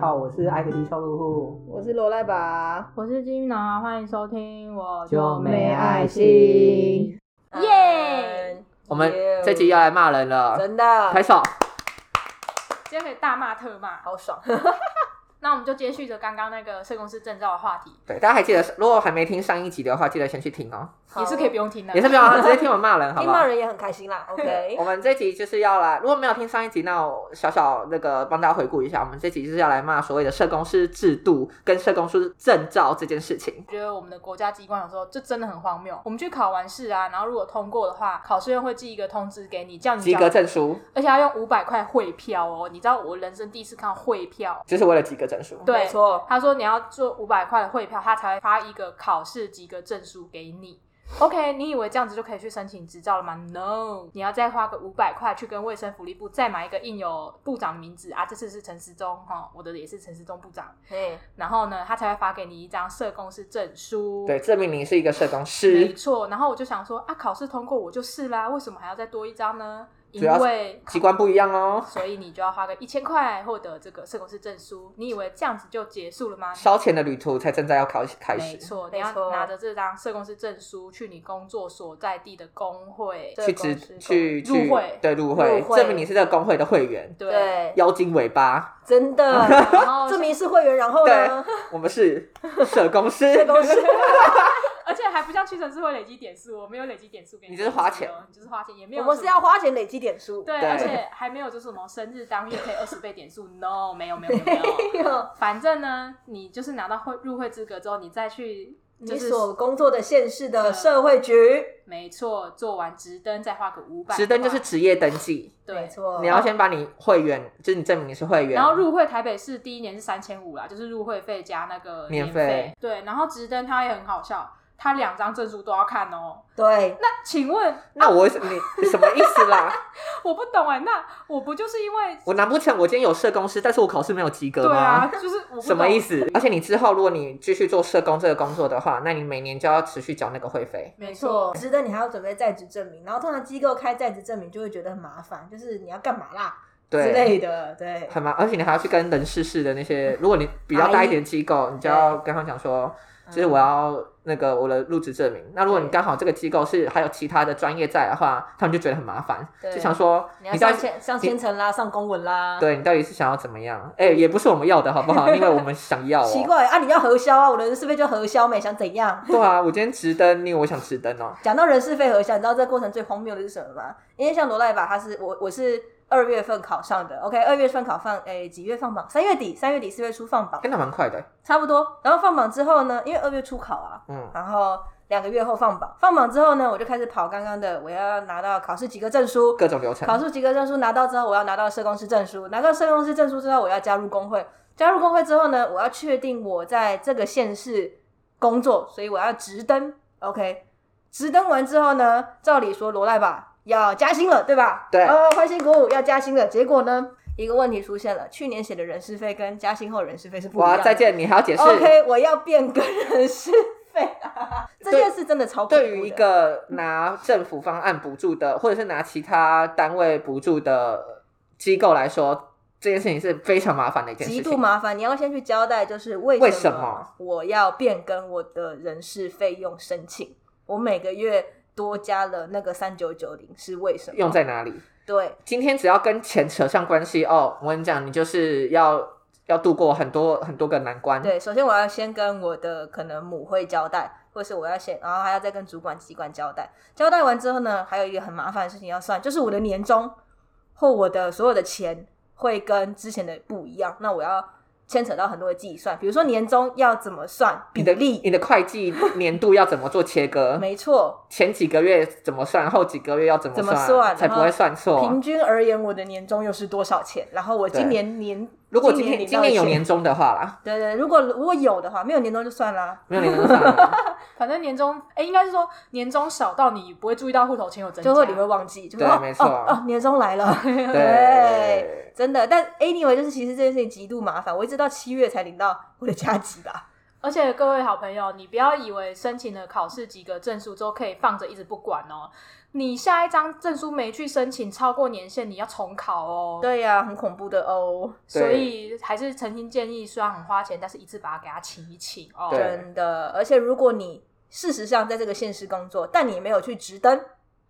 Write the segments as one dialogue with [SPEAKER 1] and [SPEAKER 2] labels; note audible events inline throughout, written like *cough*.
[SPEAKER 1] 好，我是艾克迪销路户。
[SPEAKER 2] 我是罗赖吧，
[SPEAKER 3] 我是金鱼脑，欢迎收听，我
[SPEAKER 1] 就没
[SPEAKER 2] 没
[SPEAKER 1] 爱
[SPEAKER 2] 爱
[SPEAKER 1] 心
[SPEAKER 2] 心，
[SPEAKER 3] 耶
[SPEAKER 1] 我们这集要来骂人了，
[SPEAKER 2] 真的
[SPEAKER 1] 拍手。
[SPEAKER 3] 今天可以大骂特骂。
[SPEAKER 2] 好
[SPEAKER 3] *laughs*
[SPEAKER 2] 爽，
[SPEAKER 3] 那我们就接续着刚刚那个社工师证照的话题，
[SPEAKER 1] 对，大家还记得，如果还没听上一集的话，记得先去听哦，
[SPEAKER 2] 好
[SPEAKER 3] 也是可以不用听的
[SPEAKER 1] 也。是不啊要直接听我们骂 *laughs* 人，好
[SPEAKER 2] 听
[SPEAKER 1] 不好
[SPEAKER 2] 骂？人也很开心 *laughs* 啦。OK，
[SPEAKER 1] 我们这集就是要来，如果没有听上一集，那我小小那个帮大家回顾一下，我们这集就是要来骂所谓的社工师制度跟社工师证照这件事情。
[SPEAKER 3] 觉得我们的国家机关有时候就真的很荒谬。我们去考完试啊，然后如果通过的话，考试院会寄一个通知给你，叫你
[SPEAKER 1] 及
[SPEAKER 3] 缴
[SPEAKER 1] 格，证书
[SPEAKER 3] 而且要用五百块汇票哦。你知道我人生第一次看到汇票，
[SPEAKER 1] 就是为了及格证书，
[SPEAKER 3] 对
[SPEAKER 2] 没错，
[SPEAKER 3] 他说你要做五百块的汇票，他才会发一个考试及格证书给你。OK，你以为这样子就可以去申请执照了吗？No，你要再花个五百块去跟卫生福利部再买一个印有部长名字啊，这次是陈时中哈、我的也是陈时中部长，
[SPEAKER 2] 嘿，
[SPEAKER 3] 然后呢，他才会发给你一张社工师证书。
[SPEAKER 1] 对，证明你是一个社工
[SPEAKER 3] 没
[SPEAKER 1] 师。
[SPEAKER 3] 错。然后我就想说啊，考试通过我就是啦，为什么还要再多一张呢？因
[SPEAKER 1] 主要是
[SPEAKER 3] 为
[SPEAKER 1] 机关不一样哦，
[SPEAKER 3] 所以你就要花个一千块获得这个社工师证书。你以为这样子就结束了吗？
[SPEAKER 1] 烧钱的旅途才正在要开开
[SPEAKER 3] 没
[SPEAKER 1] 始。
[SPEAKER 3] 错，你
[SPEAKER 2] 没
[SPEAKER 3] 要
[SPEAKER 2] 错
[SPEAKER 3] 拿着这张社工师证书去你工作所在地的工会，
[SPEAKER 2] 对
[SPEAKER 1] 去
[SPEAKER 2] 公
[SPEAKER 1] 指
[SPEAKER 2] 司公
[SPEAKER 1] 去
[SPEAKER 3] 入
[SPEAKER 1] 去
[SPEAKER 3] 会
[SPEAKER 1] 对入会，
[SPEAKER 2] 入会
[SPEAKER 1] 证明你是这个工会的会员，
[SPEAKER 2] *laughs*
[SPEAKER 3] 对，
[SPEAKER 2] 对，
[SPEAKER 1] 妖精尾巴，
[SPEAKER 2] 真 *laughs* 的，
[SPEAKER 3] 然后
[SPEAKER 2] 证明是会员，然后呢，
[SPEAKER 1] 我们是社工师，
[SPEAKER 2] *laughs* 这公司
[SPEAKER 3] 而且还不像屈臣氏会累积点数，我没有累积点数给你，哦
[SPEAKER 1] 你就是花钱，
[SPEAKER 3] 你就是花钱，也没有
[SPEAKER 2] 我
[SPEAKER 3] 什么，
[SPEAKER 2] 们是要花钱累积点数，
[SPEAKER 3] 对，
[SPEAKER 1] 对
[SPEAKER 3] 而且还没有就是什么生日当月可以二十倍点数，no，没有没有没有没
[SPEAKER 2] *laughs*
[SPEAKER 3] 有，
[SPEAKER 2] 哎呦
[SPEAKER 3] 反正呢，你就是拿到会入会资格之后，你再去。就
[SPEAKER 2] 你
[SPEAKER 3] 是
[SPEAKER 2] 所工作的县市的社会局，
[SPEAKER 3] 没错，做完直登再花个五百，
[SPEAKER 1] 职登就是职业登记，
[SPEAKER 3] 对
[SPEAKER 2] 没，错，
[SPEAKER 1] 你要先把你会员，就是你证明你是会员，
[SPEAKER 3] 然后入会台北市第一年是三千五啦，就是入会费加那个
[SPEAKER 1] 免
[SPEAKER 3] 年
[SPEAKER 1] 费
[SPEAKER 3] 对，然后直登它也很好笑，它两张证书都要看哦。
[SPEAKER 2] 对，
[SPEAKER 3] 那请问
[SPEAKER 1] 那我你什么意思啦？ *laughs*
[SPEAKER 3] 我不懂哎，那我不就是因为
[SPEAKER 1] 我难不成我今天有社工师，但是我考试没有及格
[SPEAKER 3] 对
[SPEAKER 1] 吗？
[SPEAKER 3] 啊，就是我不懂
[SPEAKER 1] 什么意？思？而且你之后如果你继续做社工这个工作的话，那你每年就要持续缴那个会费。
[SPEAKER 3] 没
[SPEAKER 2] 错，
[SPEAKER 3] 错，
[SPEAKER 2] 值得你还要准备在职证明，然后通常机构开在职证明就会觉得很麻烦，就是你要干嘛啦之
[SPEAKER 1] 对，
[SPEAKER 2] 类的，对，
[SPEAKER 1] 很忙，而且你还要去跟人事室的那
[SPEAKER 2] 嗯
[SPEAKER 1] 些，如果你比较大一点机构，你就要跟他们讲说，
[SPEAKER 2] 嗯
[SPEAKER 1] 就是我要那个我的入职证明。那如果你刚好这个机构是还有其他的专业在的话，他们就觉得很麻烦，
[SPEAKER 2] 对
[SPEAKER 1] 就想说
[SPEAKER 2] 你要
[SPEAKER 1] 到
[SPEAKER 2] 上
[SPEAKER 1] 底
[SPEAKER 2] 千上千层啦，上公文啦。
[SPEAKER 1] 对你到底是想要怎么样？哎、也不是我们要的好不
[SPEAKER 2] *laughs*
[SPEAKER 1] 好？因为我们想要、哦。
[SPEAKER 2] 奇怪啊，你要核销啊，我的人事费就核销没，想怎样？
[SPEAKER 1] 对啊，我今天直登，因为我想直登哦。
[SPEAKER 2] 讲到人事费核销，你知道这个过程最荒谬的是什么吗？因为像罗赖吧，他是我我是二月份考上的，OK，二月份考放，诶、几月放榜？三月底，三月底四月初放榜
[SPEAKER 1] 哎、，那蛮快的，
[SPEAKER 2] 差不多。然后放榜之后呢，因为二月初考啊，
[SPEAKER 1] 嗯，
[SPEAKER 2] 然后两个月后放榜，放榜之后呢，我就开始跑刚刚的，我要拿到考试及格证书，
[SPEAKER 1] 各种流程
[SPEAKER 2] 考。试及格证书拿到之后，我要拿到社工师证书，拿到社工师证书之后，我要加入工会。加入工会之后呢，我要确定我在这个县市工作，所以我要直登。OK，直登完之后呢，照理说罗赖吧要加薪了，对吧？
[SPEAKER 1] 对
[SPEAKER 2] 哦，欢欣鼓舞要加薪了。结果呢，一个问题出现了，去年写的人事费跟加薪后人事费是不一
[SPEAKER 1] 哇，
[SPEAKER 2] 样
[SPEAKER 1] 再
[SPEAKER 2] 的。
[SPEAKER 1] 见，你还要解释。
[SPEAKER 2] OK，我要变更人事费， *laughs* 这件事真的超恐怖的
[SPEAKER 1] 对于一个拿政府方案补助的，或者是拿其他单位补助的机构来说，这件事情是非常麻烦的一件事
[SPEAKER 2] 极
[SPEAKER 1] 情。
[SPEAKER 2] 度麻烦，你要先去交代，就是为
[SPEAKER 1] 为什
[SPEAKER 2] 什
[SPEAKER 1] 么
[SPEAKER 2] 么我要变更我的人事费用申请？我每个月多加了那个三九九零是为什么？
[SPEAKER 1] 用在哪里？
[SPEAKER 2] 对
[SPEAKER 1] 今天只要跟钱扯上关系哦，我跟你讲，你就是要要度过很多很多个难关。
[SPEAKER 2] 对，首先我要先跟我的可能母会交代，或是我要先，然后还要再跟主管机关交代。交代完之后呢，还有一个很麻烦的事情要算，就是我的年终或我的所有的钱会跟之前的不一样，那我要牵扯到很多的计算，比如说年终要怎么算比
[SPEAKER 1] 你的
[SPEAKER 2] 例。
[SPEAKER 1] 你的会
[SPEAKER 2] *laughs*
[SPEAKER 1] 计年度要怎么做切割？
[SPEAKER 2] 没错，
[SPEAKER 1] 前几个月怎么算，后几个月要怎么
[SPEAKER 2] 怎么算啊
[SPEAKER 1] 才不会算错
[SPEAKER 2] 平？均而言，我的年终又是多少钱？然后我今年年，
[SPEAKER 1] 如果今天
[SPEAKER 2] 年
[SPEAKER 1] 今
[SPEAKER 2] 领到
[SPEAKER 1] 年有
[SPEAKER 2] 的钱
[SPEAKER 1] 年，终的话啦，
[SPEAKER 2] 对对，如果如果有的话，没有年终就算啦。
[SPEAKER 1] 没有年
[SPEAKER 2] *laughs*
[SPEAKER 1] 终算了，
[SPEAKER 3] 反正年终哎，应该是说年终少到你不会注意到户头钱有增加，
[SPEAKER 2] 就会你会忘记，就会
[SPEAKER 1] 对
[SPEAKER 2] 哦
[SPEAKER 1] 没错
[SPEAKER 2] 哦哦，年终来了，
[SPEAKER 1] *laughs*
[SPEAKER 2] 对，
[SPEAKER 1] 对。
[SPEAKER 2] 真的。但 anyway，就是其实这件事情极度麻烦，我一直到七月才领到我的加急吧。
[SPEAKER 3] 而且各位好朋友，你不要以为申请了考试及格证书之后可以放着一直不管哦，你下一张证书没去申请，超过年限你要重考哦。
[SPEAKER 2] 对呀、很恐怖的哦，
[SPEAKER 3] 所以还是诚心建议，虽然很花钱，但是一次把它给它请一请哦。
[SPEAKER 1] 对
[SPEAKER 2] 真的。而且如果你事实上在这个现实工作，但你没有去直登，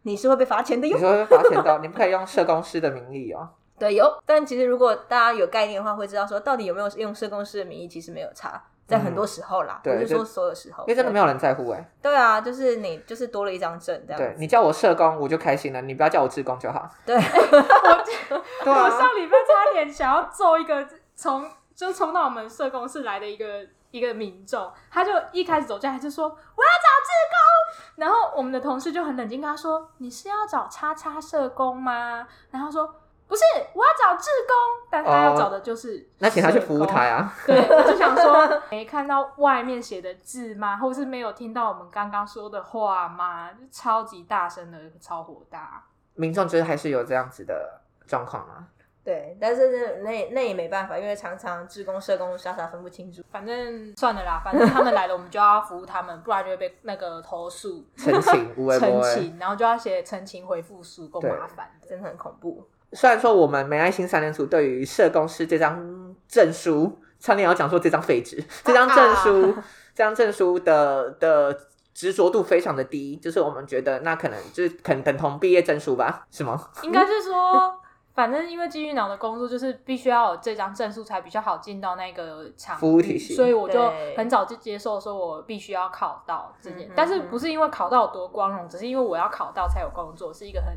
[SPEAKER 2] 你是会被罚钱的
[SPEAKER 1] 你
[SPEAKER 2] 哟。
[SPEAKER 1] 说会罚钱到，你不可以用社工师的名义哦。
[SPEAKER 2] 对，有。但其实如果大家有概念的话，会知道说到底有没有用社工师的名义，其实没有差，在很多时候啦，
[SPEAKER 1] 嗯对
[SPEAKER 2] 不是说
[SPEAKER 1] 就
[SPEAKER 2] 所有时候，
[SPEAKER 1] 因为真的没
[SPEAKER 2] 有。
[SPEAKER 1] 有人在乎哎、
[SPEAKER 2] 对啊，就是你就是多了一张证这样
[SPEAKER 1] 对
[SPEAKER 2] 子。
[SPEAKER 1] 你叫我社工我就开心了，你不要叫我志工就好。
[SPEAKER 2] 对， *laughs*
[SPEAKER 1] 对
[SPEAKER 3] 我
[SPEAKER 1] 啊，
[SPEAKER 3] 上礼拜差点想要揍一个从就冲到我们社工室来的一个一个民众，他就一开始走进来就说我要找志工，然后我们的同事就很冷静跟他说你是要找叉叉社工吗？然后他说不是，我要找志工，但他要找的就是、
[SPEAKER 1] 哦那请他去服务台。啊。
[SPEAKER 3] 对，我就想说，没看到外面写的字吗？或是没有听到我们刚刚说的话吗？就超级大声的，超火大。
[SPEAKER 1] 民众就是还是有这样子的状况啊嘛。
[SPEAKER 2] 对，但是那那也没办法，因为常常志工社工傻傻分不清楚。
[SPEAKER 3] 反正算了啦，反正他们来了，我们就要服务他们，不然就会被那个投诉、
[SPEAKER 1] *laughs* 陈情无微
[SPEAKER 3] 澄
[SPEAKER 1] 不微。
[SPEAKER 3] 清，然后就要写澄清回复书，够麻烦的。
[SPEAKER 2] 真的很恐怖。
[SPEAKER 1] 虽然说我们没爱心三人组对于社工师这张证书，差点要讲说这张废纸，这张证书，这张证书的的执着度非常的低，就是我们觉得那可能就是可能等同毕业证书吧，是吗？
[SPEAKER 3] *laughs* 应该是说。反正因为金鱼脑的工作就是必须要有这张证书才比较好进到那个场
[SPEAKER 1] 服务体系
[SPEAKER 3] 所以我就
[SPEAKER 2] 对
[SPEAKER 3] 很早就接受说我必须要考到这
[SPEAKER 2] 嗯，
[SPEAKER 3] 件
[SPEAKER 2] 哼
[SPEAKER 3] 但是不是因为考到有多光荣，只是因为我要考到才有工作，是一个很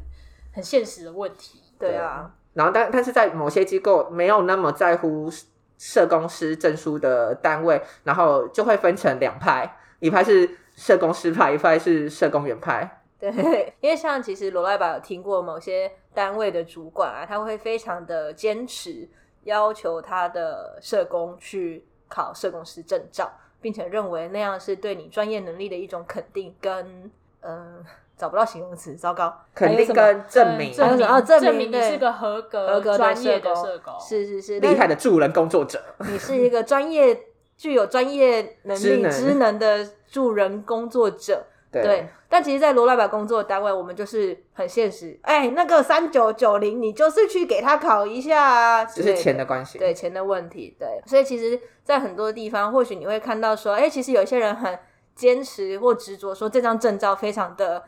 [SPEAKER 3] 很现实的问题。
[SPEAKER 2] 对啊，
[SPEAKER 1] 然后但但是在某些机构没有那么在乎社工师证书的单位，然后就会分成两派，一派是社工师派，一派是社工员派。
[SPEAKER 2] 对，因为像其实罗赖吧有听过某些单位的主管啊，他会非常的坚持要求他的社工去考社工师证照，并且认为那样是对你专业能力的一种肯定跟嗯、找不到形容词，糟糕，
[SPEAKER 1] 肯定
[SPEAKER 2] 还有什么
[SPEAKER 1] 跟证明
[SPEAKER 3] 证明、
[SPEAKER 2] 啊证明
[SPEAKER 3] 证明你
[SPEAKER 2] 对
[SPEAKER 3] 是个合格、
[SPEAKER 2] 合格的
[SPEAKER 3] 专
[SPEAKER 2] 社
[SPEAKER 3] 业
[SPEAKER 2] 工
[SPEAKER 3] 的社工。
[SPEAKER 2] 是是是
[SPEAKER 1] 厉害
[SPEAKER 2] 的，
[SPEAKER 1] 的助人工作者，
[SPEAKER 2] 你是一个专业具有专业能
[SPEAKER 1] 职
[SPEAKER 2] 力
[SPEAKER 1] 能
[SPEAKER 2] 职能的助人工作者，
[SPEAKER 1] 对
[SPEAKER 2] 对，但其实，在罗老板工作的单位，我们就是很现实。哎、那个三九九零，你就是去给他考一下啊，
[SPEAKER 1] 就是
[SPEAKER 2] 只
[SPEAKER 1] 钱的关系。
[SPEAKER 2] 对钱的问题，对。所以其实，在很多地方，或许你会看到说，哎、其实有些人很坚持或执着，说这张证照非常的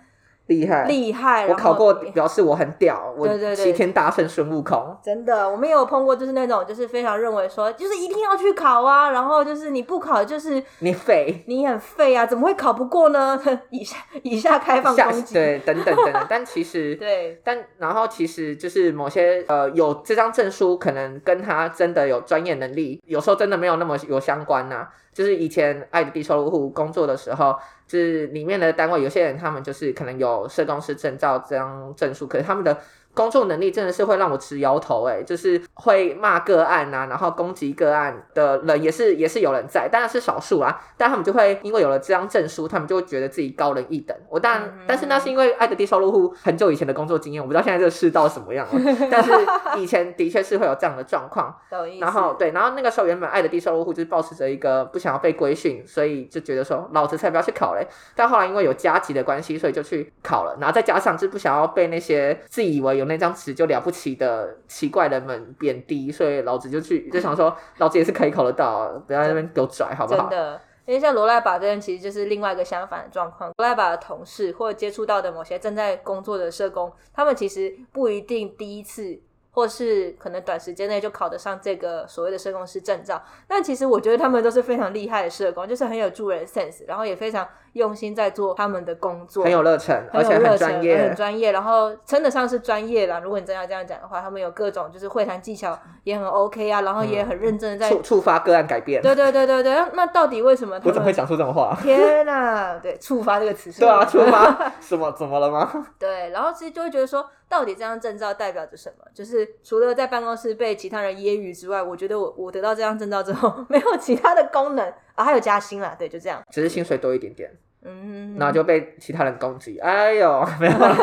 [SPEAKER 1] 厉害，
[SPEAKER 2] 厉害，
[SPEAKER 1] 我
[SPEAKER 2] 然
[SPEAKER 1] 考
[SPEAKER 2] 后
[SPEAKER 1] 过，
[SPEAKER 2] 也
[SPEAKER 1] 表示我很屌，我
[SPEAKER 2] 对对对
[SPEAKER 1] 齐天大圣孙悟空。
[SPEAKER 2] 真的，我们也有碰过，就是那种就是非常认为说，就是一定要去考啊，然后就是你不考就是。
[SPEAKER 1] 你废，
[SPEAKER 2] 你很废啊，怎么会考不过呢？ *laughs* 以下以下开放
[SPEAKER 1] 下
[SPEAKER 2] 攻击，
[SPEAKER 1] 对等等等等，但其
[SPEAKER 2] *laughs*
[SPEAKER 1] 实
[SPEAKER 2] 对
[SPEAKER 1] 但然后其实就是某些呃有这张证书，可能跟他真的有专业能力，有时候真的没有那么有相关啊呐、就是以前爱的低收入户工作的时候，就是里面的单位有些人他们就是可能有社工师证照这张证书，可是他们的工作能力真的是会让我直摇头哎、就是会骂个案呐、然后攻击个案的人也是也是有人在，当然是少数啊，但他们就会因为有了这张证书，他们就会觉得自己高人一等。我当然，但是那是因为爱的低收入户很久以前的工作经验，我不知道现在这个世道什么样了，但是以前的确是 *laughs* 会有这样的状况。
[SPEAKER 2] 懂意思。
[SPEAKER 1] 然后对，然后那个时候原本爱的低收入户就是保持着一个不想要被规训，所以就觉得说老子才不要去考嘞。但后来因为有加级的关系，所以就去考了。然后再加上就不想要被那些自以为有那张纸就了不起的奇怪人们贬低，所以老子就去就想说老子也是可以考得到啊，不要在那边给我拽好不好
[SPEAKER 2] 真？的，因为像罗赖吧这人其实就是另外一个相反的状况。罗赖吧的同事或者接触到的某些正在工作的社工，他们其实不一定第一次。或是可能短时间内就考得上这个所谓的社工师证照，但其实我觉得他们都是非常厉害的社工，就是很有助人 sense，然后也非常用心在做他们的工作，
[SPEAKER 1] 很有热忱，
[SPEAKER 2] 很
[SPEAKER 1] 而
[SPEAKER 2] 有
[SPEAKER 1] 且
[SPEAKER 2] 热
[SPEAKER 1] 很
[SPEAKER 2] 忱，
[SPEAKER 1] 专业
[SPEAKER 2] 很。专业，然后称得上是专业啦。如果你真要这样讲的话，他们有各种就是会谈技巧也很 OK 啊，然后也很认真的在、
[SPEAKER 1] 触触发个案改变，
[SPEAKER 2] 对对对对对，那那到底为什么他
[SPEAKER 1] 我
[SPEAKER 2] 们？
[SPEAKER 1] 怎么会讲出这种话？
[SPEAKER 2] *laughs* 天呐，对，触发这个词是
[SPEAKER 1] 对啊，
[SPEAKER 2] 吗
[SPEAKER 1] 触
[SPEAKER 2] *laughs*
[SPEAKER 1] 发什么怎么了吗？
[SPEAKER 2] 对，然后其实就会觉得说，到底这张证照代表着什么？就是除了在办公室被其他人揶揄之外，我觉得我我得到这张证照之后， *laughs* 没有其他的功能啊，还有加薪啦，对，就这样，
[SPEAKER 1] 只是薪水多一点点，
[SPEAKER 2] 嗯，
[SPEAKER 1] 然后就被其他人攻击。哎
[SPEAKER 3] *laughs*
[SPEAKER 1] 呦，没有啦，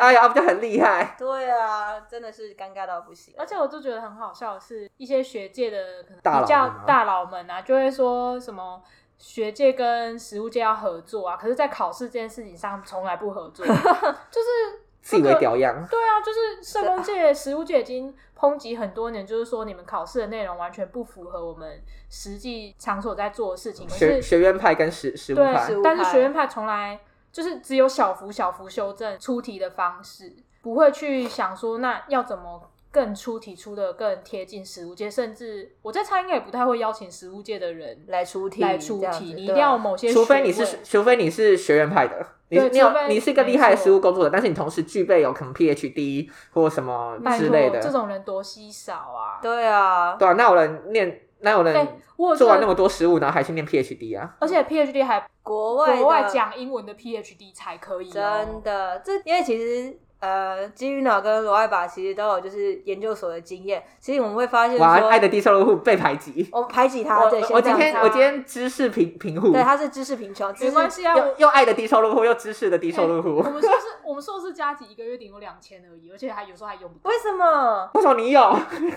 [SPEAKER 1] 哎呀，不就很厉害？
[SPEAKER 2] 对啊，真的是尴尬到不行，
[SPEAKER 3] 而且我就觉得很好笑的是，一些学界的可能
[SPEAKER 1] 大佬
[SPEAKER 3] 比较
[SPEAKER 1] 们吗
[SPEAKER 3] 啊大佬们啊，就会说什么。学界跟实务界要合作啊，可是，在考试这件事情上从来不合作， *laughs* 就是
[SPEAKER 1] 自以为屌样，
[SPEAKER 3] 对啊，就是社工
[SPEAKER 1] 啊
[SPEAKER 3] 界、实务界已经抨击很多年，就是说你们考试的内容完全不符合我们实际场所在做的事情，可
[SPEAKER 1] 学
[SPEAKER 3] 是
[SPEAKER 1] 学院派跟实实务派
[SPEAKER 2] 实，务
[SPEAKER 3] 但是
[SPEAKER 2] 派
[SPEAKER 3] 学院派从来就是只有小幅小幅修正出题的方式，不会去想说那要怎么更出题出的更贴近实务界，甚至我在猜应该也不太会邀请实务界的人
[SPEAKER 2] 来出题，
[SPEAKER 3] 来出
[SPEAKER 2] 这样子
[SPEAKER 3] 题，你一
[SPEAKER 2] 对
[SPEAKER 3] 定要有
[SPEAKER 2] 啊
[SPEAKER 3] 某些学
[SPEAKER 1] 除
[SPEAKER 3] 问，
[SPEAKER 1] 非你是除非你是学院派的，你
[SPEAKER 3] 对
[SPEAKER 1] 你有
[SPEAKER 3] 除非
[SPEAKER 1] 你是一个厉害的
[SPEAKER 3] 没错
[SPEAKER 1] 实务工作者，但是你同时具备有可能 PhD 或什么
[SPEAKER 3] 拜
[SPEAKER 1] 之
[SPEAKER 3] 托
[SPEAKER 1] 类的，
[SPEAKER 3] 这种人多稀少啊！
[SPEAKER 2] 对啊，
[SPEAKER 1] 对啊，那有人念，那有
[SPEAKER 3] 哎、
[SPEAKER 1] 人
[SPEAKER 3] 我有
[SPEAKER 1] 做完
[SPEAKER 3] 这
[SPEAKER 1] 那么多实务，然后还去念 PhD 啊？
[SPEAKER 3] 而且 PhD 还
[SPEAKER 2] 国外
[SPEAKER 3] 国外
[SPEAKER 2] 的
[SPEAKER 3] 讲英文的 PhD 才可以、哦，
[SPEAKER 2] 真的，这因为其实呃，金鱼脑跟罗爱吧其实都有就是研究所的经验。其实我们会发现
[SPEAKER 1] 哇，爱
[SPEAKER 2] 说，
[SPEAKER 1] 的低收入户被排挤。
[SPEAKER 2] 我们排挤他，
[SPEAKER 1] 我
[SPEAKER 2] 对，
[SPEAKER 1] 我
[SPEAKER 2] 先这
[SPEAKER 1] 今
[SPEAKER 2] 样
[SPEAKER 1] 天
[SPEAKER 2] 子，
[SPEAKER 1] 我今天知识贫贫户，
[SPEAKER 2] 对，他是知识贫穷，
[SPEAKER 3] 没关
[SPEAKER 2] 系，
[SPEAKER 3] 系啊。我
[SPEAKER 1] 又又爱的低收入户，又知识的低收入户
[SPEAKER 3] 哎我。们硕士我们硕士加级一个月顶多两千而已，而且还有时候还用不到。
[SPEAKER 2] 为什么？
[SPEAKER 1] 为什么你有？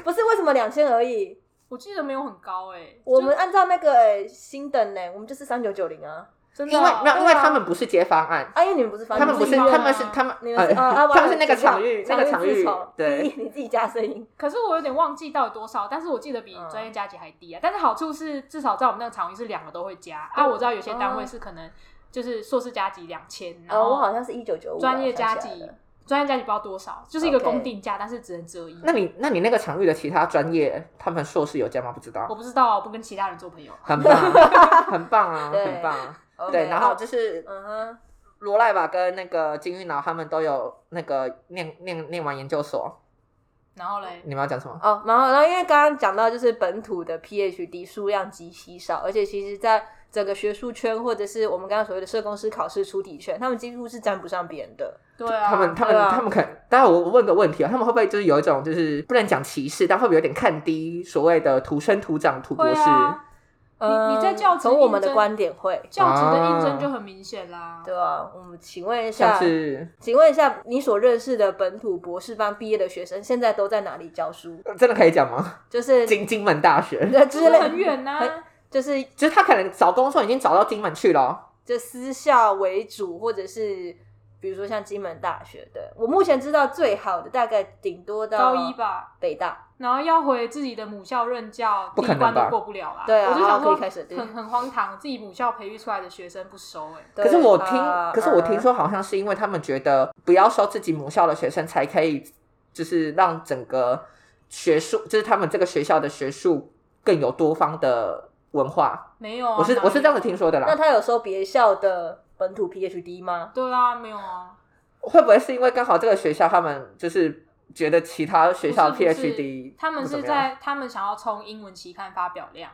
[SPEAKER 2] 不是为什么两千而已？
[SPEAKER 3] 我记得没有很高哎、欸，
[SPEAKER 2] 我
[SPEAKER 3] 就
[SPEAKER 2] 们按照那个、欸、新等呢、我们就是三九九零啊，
[SPEAKER 3] 真的
[SPEAKER 1] 因为没有，因为
[SPEAKER 3] 对啊
[SPEAKER 1] 他们不是接方案，
[SPEAKER 2] 啊，因为你们不是发
[SPEAKER 1] 他们不是，
[SPEAKER 3] 你们是
[SPEAKER 1] 他们是
[SPEAKER 3] 吗
[SPEAKER 1] 他们
[SPEAKER 2] 你们
[SPEAKER 1] 呃
[SPEAKER 2] 是啊啊，
[SPEAKER 1] 他们是那个场
[SPEAKER 2] 场
[SPEAKER 1] 域那个场域，
[SPEAKER 2] 你
[SPEAKER 1] 对，
[SPEAKER 2] *laughs* 你自己加声音，
[SPEAKER 3] 可是我有点忘记到底多少，但是我记得比
[SPEAKER 2] 嗯
[SPEAKER 3] 专业加级还低啊。但是好处是，至少在我们那个场域是两个都会加、
[SPEAKER 1] 嗯
[SPEAKER 3] 啊。我知道有些单位是可能就是硕士加级两千，然
[SPEAKER 2] 哦，我好
[SPEAKER 3] 后
[SPEAKER 2] 像是一九九五
[SPEAKER 3] 专业加级，专业加级不知道多少，就是一个公定价，但是只能折一。
[SPEAKER 1] 那你那你那个场域的其他专业，他们硕士有加吗？不知道
[SPEAKER 3] 我，不知道，我不跟其他人做朋友。
[SPEAKER 1] 很棒，很棒啊，
[SPEAKER 2] 对
[SPEAKER 1] 很棒啊。对，
[SPEAKER 2] OK，
[SPEAKER 1] 然后就是
[SPEAKER 2] 嗯哼，
[SPEAKER 1] 罗赖吧跟那个金玉脑他们都有那个念念念完研究所，
[SPEAKER 3] 然后嘞，
[SPEAKER 1] 你们要讲什么？
[SPEAKER 2] 哦，然后然后因为刚刚讲到就是本土的 PhD 数量极稀少，而且其实在整个学术圈或者是我们刚刚所谓的社工师考试出题圈，他们几乎是沾不上别人的。
[SPEAKER 3] 对啊，
[SPEAKER 1] 他们他们、
[SPEAKER 2] 对啊
[SPEAKER 1] 他们可能，当然我我问个问题啊，他们会不会就是有一种就是不能讲歧视，但会不会有点看低所谓的土生土长土博
[SPEAKER 3] 会
[SPEAKER 1] 士？
[SPEAKER 3] 啊，你你在
[SPEAKER 2] 嗯
[SPEAKER 3] 教职
[SPEAKER 2] 从我们
[SPEAKER 3] 应
[SPEAKER 2] 的
[SPEAKER 3] 征
[SPEAKER 2] 观点会，
[SPEAKER 3] 教职
[SPEAKER 1] 啊
[SPEAKER 3] 的应征就很明显啦。
[SPEAKER 2] 对吧、我们请问一
[SPEAKER 1] 像
[SPEAKER 2] 下，
[SPEAKER 1] 是
[SPEAKER 2] 请问一下，你所认识的本土博士班毕业的学生，现在都在哪里教书？
[SPEAKER 1] 呃真的可以讲吗？
[SPEAKER 2] 就是
[SPEAKER 1] 金金门大学， *laughs*
[SPEAKER 2] 对
[SPEAKER 3] 就
[SPEAKER 2] 之
[SPEAKER 3] 是
[SPEAKER 2] 类，
[SPEAKER 3] 很远呐、
[SPEAKER 2] 很就是
[SPEAKER 1] 就是他可能找工作已经找到金门去了哦，
[SPEAKER 2] 就私校为主，或者是比如说像金门大学的，我目前知道最好的大概顶多
[SPEAKER 1] 啊
[SPEAKER 2] 到
[SPEAKER 3] 高一吧。
[SPEAKER 2] 北大，
[SPEAKER 3] 然后要回自己的母校任教，
[SPEAKER 1] 不
[SPEAKER 3] 第
[SPEAKER 1] 可
[SPEAKER 3] 一
[SPEAKER 1] 能吧
[SPEAKER 3] 关都过不了啦。
[SPEAKER 2] 对啊
[SPEAKER 3] 我就想
[SPEAKER 2] 然后
[SPEAKER 3] 说
[SPEAKER 2] 可以开始对
[SPEAKER 3] 很很荒唐，自己母校培育出来的学生不收哎、
[SPEAKER 2] 对
[SPEAKER 1] 可是我听，
[SPEAKER 2] 啊
[SPEAKER 1] 可是我
[SPEAKER 2] 啊
[SPEAKER 3] 嗯
[SPEAKER 1] 听说好像是因为他们觉得不要收自己母校的学生，才可以就是让整个学术，就是他们这个学校的学术更有多方的文化。
[SPEAKER 3] 没有啊，
[SPEAKER 1] 我是
[SPEAKER 3] 哪里
[SPEAKER 1] 我是这样子听说的
[SPEAKER 2] 那
[SPEAKER 1] 啦。
[SPEAKER 2] 他有收别校的本土
[SPEAKER 1] *laughs*
[SPEAKER 2] PhD 吗？
[SPEAKER 3] 对啊，没有啊，
[SPEAKER 1] 会不会是因为刚好这个学校他们就是觉得其他学校
[SPEAKER 3] 不是不是
[SPEAKER 1] PhD
[SPEAKER 3] 他们
[SPEAKER 1] 不怎
[SPEAKER 3] 是
[SPEAKER 1] 么样
[SPEAKER 3] 在他们想要冲英文期刊发表量，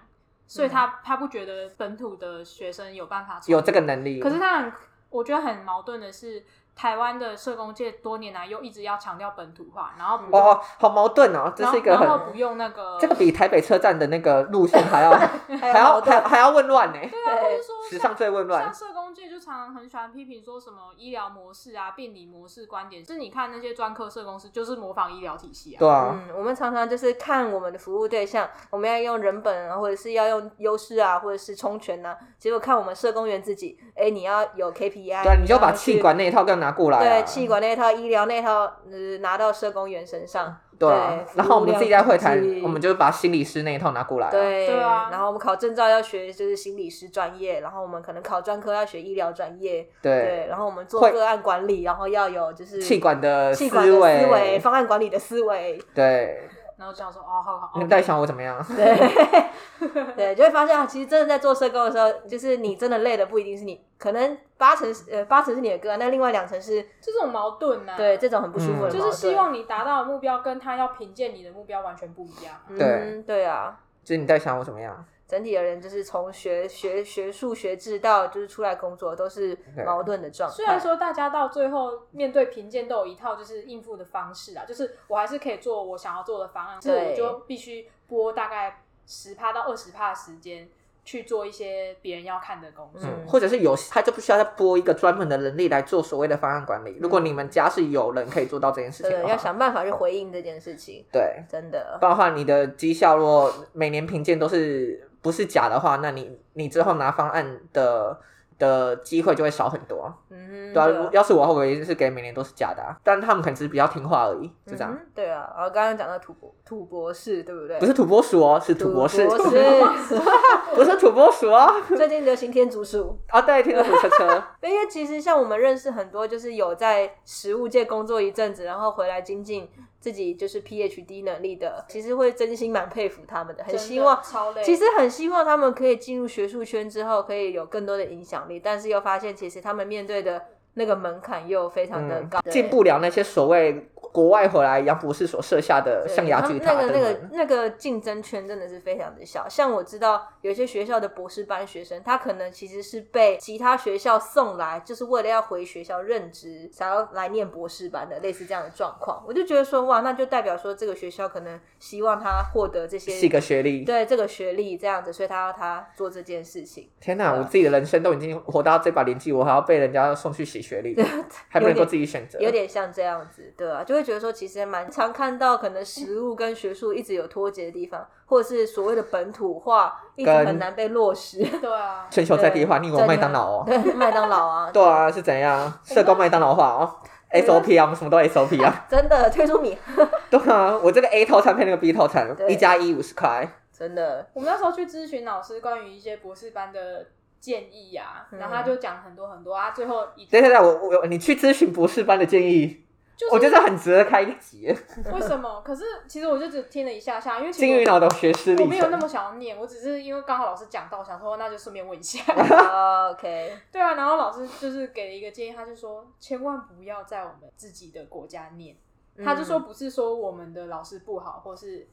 [SPEAKER 3] 所以他、他不觉得本土的学生有办法
[SPEAKER 1] 嗯
[SPEAKER 3] 冲
[SPEAKER 1] 有这个能力？
[SPEAKER 3] 可是他很，我觉得很矛盾的是，台湾的社工界多年来又一直要强调本土化，然后不用，
[SPEAKER 1] 哦，好矛盾哦，这
[SPEAKER 3] 然后
[SPEAKER 1] 是一个
[SPEAKER 3] 然后
[SPEAKER 1] 很
[SPEAKER 3] 不用那个
[SPEAKER 1] 这个比台北车站的那个路线还要还要还还要混
[SPEAKER 2] *laughs*
[SPEAKER 1] 乱呢，
[SPEAKER 3] 对啊，或者说
[SPEAKER 1] 史
[SPEAKER 3] 像
[SPEAKER 1] 上最混乱
[SPEAKER 3] 像。社工界就常常很喜欢批评说什么医疗模式啊、病理模式观点，就是你看那些专科社工师就是模仿医疗体系啊。
[SPEAKER 1] 对啊，
[SPEAKER 2] 嗯，我们常常就是看我们的服务对象，我们要用人本啊，或者是要用优势啊，或者是充权啊，结果看我们社工员自己，哎，你要有 KPI，
[SPEAKER 1] 对啊，你就
[SPEAKER 2] 要
[SPEAKER 1] 把
[SPEAKER 2] 去
[SPEAKER 1] 气管那一套给我拿过来、啊。
[SPEAKER 2] 哎对气管那一套、医疗那一套，呃，拿到社工员身上，
[SPEAKER 1] 对啊
[SPEAKER 2] 对
[SPEAKER 1] 然后我们自己在会谈
[SPEAKER 2] 服务量统计，
[SPEAKER 1] 我们就把心理师那一套拿过来、啊。，
[SPEAKER 2] 对，
[SPEAKER 3] 对啊
[SPEAKER 2] 然后我们考证照要学就是心理师专业，然后我们可能考专科要学医疗专业，
[SPEAKER 1] 对
[SPEAKER 2] 对，然后我们做
[SPEAKER 1] 会
[SPEAKER 2] 个案管理，然后要有就是
[SPEAKER 1] 气管的
[SPEAKER 2] 气
[SPEAKER 1] 思
[SPEAKER 2] 管的
[SPEAKER 1] 维，
[SPEAKER 2] 思维、方案管理的思维，
[SPEAKER 1] 对，
[SPEAKER 3] 然后就想说，哦，好好，
[SPEAKER 1] 你
[SPEAKER 2] 嗯
[SPEAKER 3] 哦
[SPEAKER 1] 们到底想我怎么样？ *laughs*
[SPEAKER 2] 对，对，就会发现啊，其实真的在做社工的时候，就是你真的累的不一定是你，可能八成是呃八成是你的个案，那另外两成是
[SPEAKER 3] 这种矛盾呢、啊，
[SPEAKER 2] 对，这种很不舒服的矛
[SPEAKER 1] 嗯
[SPEAKER 2] 盾，
[SPEAKER 3] 就是希望你达到的目标跟他要评鉴你的目标完全不一样啊。
[SPEAKER 2] 嗯对啊。
[SPEAKER 1] 就是你到底想我怎么样？
[SPEAKER 2] 整体而言，就是从学学学术学制到就是出来工作，都是
[SPEAKER 1] 对
[SPEAKER 2] 矛盾的状态。
[SPEAKER 3] 虽然说大家到最后面对评鉴都有一套就是应付的方式啊，就是我还是可以做我想要做的方案，就是我
[SPEAKER 2] 对
[SPEAKER 3] 就必须拨大概十趴到二十趴的时间去做一些别人要看的工作。
[SPEAKER 1] 嗯，
[SPEAKER 2] 嗯
[SPEAKER 1] 或者是有他就不需要再拨一个专门的人力来做所谓的方案管理。如果你们家是有人可以做到这件事情
[SPEAKER 2] 对，
[SPEAKER 1] 的
[SPEAKER 2] 要
[SPEAKER 1] 话，
[SPEAKER 2] 想办法去回应这件事情，
[SPEAKER 1] 对，啊
[SPEAKER 2] 真的
[SPEAKER 1] 不。然的话你的绩效如果每年评鉴都是不是假的话，那你你之后拿方案的的机会就会少很多。
[SPEAKER 2] 嗯哼，
[SPEAKER 1] 对啊，
[SPEAKER 2] 啊
[SPEAKER 1] 如要是我的话，我一定是给每年都是假的、啊，但他们可能只是比较听话而已，就这样。
[SPEAKER 2] 嗯哼对啊，然后刚刚讲到土博土博士，对不对？
[SPEAKER 1] 不是土拨鼠哦，是土
[SPEAKER 2] 土
[SPEAKER 1] 博士，
[SPEAKER 2] 博士，
[SPEAKER 1] 不是土拨鼠哦。
[SPEAKER 2] 最近流行天竺鼠，
[SPEAKER 1] 啊，对，听说土车
[SPEAKER 2] *laughs*
[SPEAKER 1] 车，
[SPEAKER 2] 因为其实像我们认识很多，就是有在食物界工作一阵子，然后回来精进自己就是 PhD 能力的，其实会真心蛮佩服他们的，很希望
[SPEAKER 3] 真的超累。
[SPEAKER 2] 其实很希望他们可以进入学术圈之后，可以有更多的影响力，但是又发现其实他们面对的那个门槛又非常的
[SPEAKER 1] 嗯
[SPEAKER 2] 高，对
[SPEAKER 1] 进不了那些所谓国外回来杨博士所设下的
[SPEAKER 2] 对
[SPEAKER 1] 象呃牙巨塔
[SPEAKER 2] 他
[SPEAKER 1] 等
[SPEAKER 2] 们
[SPEAKER 1] 等。
[SPEAKER 2] 那个那个那个竞争圈真的是非常的小。像我知道有些学校的博士班学生，他可能其实是被其他学校送来，就是为了要回学校任职，想要来念博士班的，类似这样的状况。我就觉得说，哇，那就代表说这个学校可能希望他获得这些
[SPEAKER 1] 是一个学历，
[SPEAKER 2] 对这个学历这样子，所以他要他做这件事情。
[SPEAKER 1] 天哪！
[SPEAKER 2] 对啊
[SPEAKER 1] 我自己的人生都已经活到这把年纪，我还要被人家送去洗学
[SPEAKER 2] *laughs*
[SPEAKER 1] 历，还不能够自己选择。
[SPEAKER 2] 有点像这样子，对啊，就会觉得说，其实蛮常看到可能食物跟学术一直有脱节的地方，或者是所谓的本土化一直
[SPEAKER 1] 跟
[SPEAKER 2] 很难被落实。
[SPEAKER 3] 对啊，
[SPEAKER 1] 全球在地化，你以为
[SPEAKER 2] 对
[SPEAKER 1] 麦当劳哦？
[SPEAKER 2] 对，麦当劳
[SPEAKER 3] *laughs*
[SPEAKER 2] 啊，
[SPEAKER 1] 对啊，是怎样？社工麦当劳化哦
[SPEAKER 2] 对啊
[SPEAKER 1] ？SOP 啊，我们什么都 SOP
[SPEAKER 2] *laughs*
[SPEAKER 1] 啊。
[SPEAKER 2] 真的推出米，
[SPEAKER 1] 对啊，我这个 A 套餐配那个 B 套餐，
[SPEAKER 2] 对
[SPEAKER 1] 一加一五十块。
[SPEAKER 2] 真的，
[SPEAKER 3] *laughs* 我们那时候去咨询老师关于一些博士班的建议呀、
[SPEAKER 2] 嗯
[SPEAKER 3] 然后他就讲很多很多啊，最后一
[SPEAKER 1] 对对对，我我你去咨询博士班的建议，
[SPEAKER 3] 就是
[SPEAKER 1] 我觉得很值得开一集。
[SPEAKER 3] 为什么？可是其实我就只听了一下下，因为其
[SPEAKER 1] 金鱼
[SPEAKER 3] 实
[SPEAKER 1] 脑的学识
[SPEAKER 3] 我
[SPEAKER 1] 历
[SPEAKER 3] 没有那
[SPEAKER 1] 程，
[SPEAKER 3] 么想要念，我只是因为刚好老师讲到，想说那就顺便问一下。 *laughs*
[SPEAKER 2] 哦 OK，
[SPEAKER 3] 对啊，然后老师就是给了一个建议，他就说千万不要在我们自己的国家念。他就说
[SPEAKER 2] 嗯
[SPEAKER 3] 不是说我们的老师不好，或是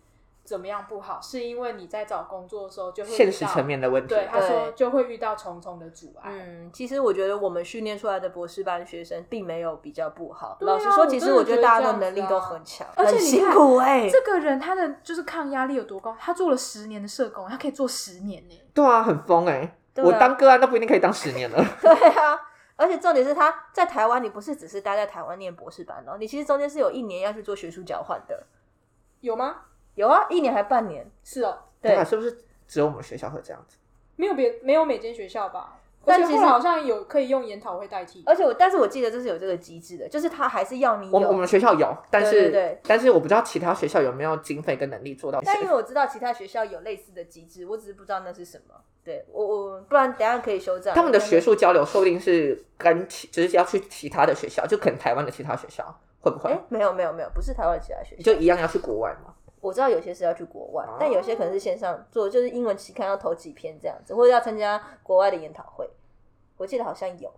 [SPEAKER 3] 怎么样不好，是因为你在找工作的时候就会遇到
[SPEAKER 1] 现实层。面的问题。
[SPEAKER 3] 对，他说
[SPEAKER 2] 对
[SPEAKER 3] 就会遇到重重的阻碍。
[SPEAKER 2] 嗯，其实我觉得我们训练出来的博士班学生并没有比较不好。
[SPEAKER 3] 对啊
[SPEAKER 2] 老实说，其实我觉得大家的
[SPEAKER 3] 我真的
[SPEAKER 2] 能力
[SPEAKER 3] 觉得这样子啊
[SPEAKER 2] 都很强，
[SPEAKER 3] 而且
[SPEAKER 2] 很
[SPEAKER 3] 你
[SPEAKER 2] 辛
[SPEAKER 3] 看
[SPEAKER 2] 苦
[SPEAKER 3] *laughs*
[SPEAKER 2] 哎、
[SPEAKER 3] 这个人他的就是抗压力有多高？他做了十年的社工，他可以做十年呢、
[SPEAKER 1] 对啊，很疯哎！
[SPEAKER 2] 对啊
[SPEAKER 1] 我当个案都不一定可以当十年了。
[SPEAKER 2] 对啊，而且重点是他在台湾，你不是只是待在台湾念博士班哦，你其实中间是有一年要去做学术交换的。
[SPEAKER 3] 有吗？
[SPEAKER 2] 有啊，一年还半年。
[SPEAKER 3] 是哦，
[SPEAKER 2] 对
[SPEAKER 1] 啊，是不是只有我们学校会这样子？
[SPEAKER 3] 没有别没有每间学校吧？
[SPEAKER 2] 但
[SPEAKER 3] 而且
[SPEAKER 2] 其
[SPEAKER 3] 后
[SPEAKER 2] 实
[SPEAKER 3] 来好像有可以用研讨会代替。
[SPEAKER 2] 而且我，但是我记得这是有这个机制的，就是他还是要你
[SPEAKER 1] 我们我
[SPEAKER 2] 有。
[SPEAKER 1] 们学校有，但是
[SPEAKER 2] 对对对
[SPEAKER 1] 但是我不知道其他学校有没有经费跟能力做到。
[SPEAKER 2] 但因为我知道其他学校有类似的机制，我只是不知道那是什么。对我我不然等一下可以修正。
[SPEAKER 1] 他们的学术交流说不定是跟其，就是要去其他的学校，就可能台湾的其他学校会不会
[SPEAKER 2] 哎、没有没有没有，不是台湾其他学校
[SPEAKER 1] 就。一样要去国外嘛？
[SPEAKER 2] 我知道有些是要去国外
[SPEAKER 1] 哦，
[SPEAKER 2] 但有些可能是线上做，就是英文期刊要投几篇这样子，或者要参加国外的研讨会。我记得好像有。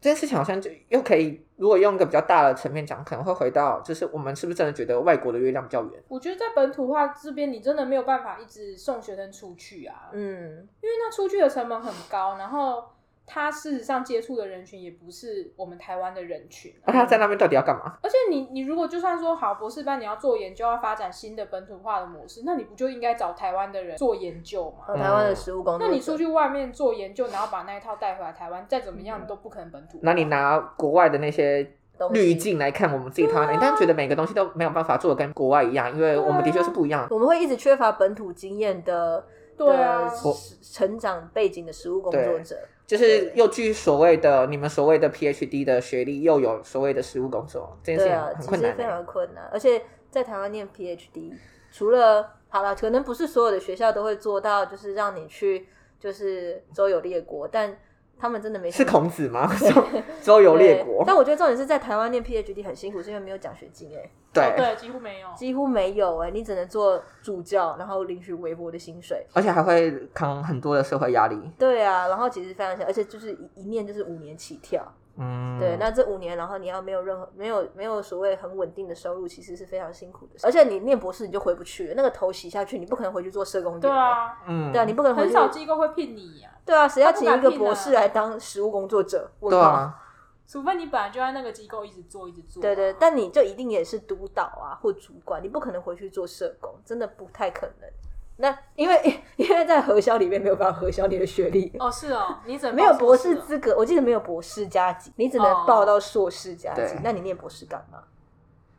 [SPEAKER 1] 这件事情好像就又可以，如果用一个比较大的层面讲，可能会回到就是我们是不是真的觉得外国的月亮比较圆？
[SPEAKER 3] 我觉得在本土化这边，你真的没有办法一直送学生出去啊，
[SPEAKER 2] 嗯，
[SPEAKER 3] 因为那出去的成本很高，然后他事实上接触的人群也不是我们台湾的人群啊、
[SPEAKER 1] 那、他在那边到底要干嘛？
[SPEAKER 3] 而且你你如果就算说好博士班你要做研究，要发展新的本土化的模式，那你不就应该找台湾的人做研究吗？
[SPEAKER 2] 呃台湾的食物工作者。
[SPEAKER 3] 哦那你出去外面做研究，然后把那一套带回来台湾，再怎么
[SPEAKER 2] 嗯
[SPEAKER 3] 样你都不可能本土化。
[SPEAKER 1] 那你拿国外的那些
[SPEAKER 2] 东西
[SPEAKER 1] 滤镜来看我们自己台湾的，但觉得每个东西都没有办法做的跟国外一样，因为我们的确是不一样。
[SPEAKER 2] 我们会一直缺乏本土经验的
[SPEAKER 3] 对啊
[SPEAKER 2] 的，成长背景的食物工作者。
[SPEAKER 1] 就是又具所谓的你们所谓的 PhD 的学历，又有所谓的实务工作，这件事
[SPEAKER 2] 对
[SPEAKER 1] 情
[SPEAKER 2] 啊，
[SPEAKER 1] 很
[SPEAKER 2] 其
[SPEAKER 1] 困
[SPEAKER 2] 实
[SPEAKER 1] 难、
[SPEAKER 2] 非
[SPEAKER 1] 欸。
[SPEAKER 2] 常困难，而且在台湾念 PhD，除了好了，可能不是所有的学校都会做到，就是让你去就是周游列国，但他们真的没什
[SPEAKER 1] 是
[SPEAKER 2] 么
[SPEAKER 1] 孔子吗？ *laughs* 周周游列国
[SPEAKER 2] 对，但我觉得重点是在台湾念 PhD 很辛苦，是因为没有奖学金哎、
[SPEAKER 3] 哦对，几乎没有。
[SPEAKER 2] 几乎没有哎、你只能做助教，然后领取微薄的薪水。
[SPEAKER 1] 而且还会扛很多的社会压力。
[SPEAKER 2] 对啊，然后其实非常小，而且就是一一念就是五年起跳。
[SPEAKER 1] 嗯，
[SPEAKER 2] 对，那这五年，然后你要没有任何没有没有所谓很稳定的收入，其实是非常辛苦的事。而且你念博士你就回不去了，那个头洗下去，你不可能回去做社工员。
[SPEAKER 3] 对，啊，
[SPEAKER 1] 嗯，
[SPEAKER 2] 对啊，你不可能回
[SPEAKER 3] 很
[SPEAKER 2] 去。
[SPEAKER 3] 少机构会聘你呀、
[SPEAKER 2] 对啊，谁要
[SPEAKER 3] 他不
[SPEAKER 2] 请
[SPEAKER 3] 敢
[SPEAKER 2] 一个
[SPEAKER 3] 聘
[SPEAKER 2] 博
[SPEAKER 3] 啊
[SPEAKER 2] 士来当实务工作者？问
[SPEAKER 1] 对
[SPEAKER 2] 号
[SPEAKER 1] 啊，
[SPEAKER 3] 除非你本来就在那个机构一直做一直做啊。
[SPEAKER 2] 对对，但你就一定也是督导啊或主管，你不可能回去做社工，真的不太可能。那因为因为在核销里面没有办法核销你的学历，
[SPEAKER 3] 哦是哦，你怎么
[SPEAKER 2] 没有
[SPEAKER 3] 报
[SPEAKER 2] 博
[SPEAKER 3] 硕
[SPEAKER 2] 士
[SPEAKER 3] 哦
[SPEAKER 2] 资格，我记得没有博士加级，你只
[SPEAKER 3] 哦
[SPEAKER 2] 能报到硕士加级
[SPEAKER 1] 对。
[SPEAKER 2] 那你念博士干嘛？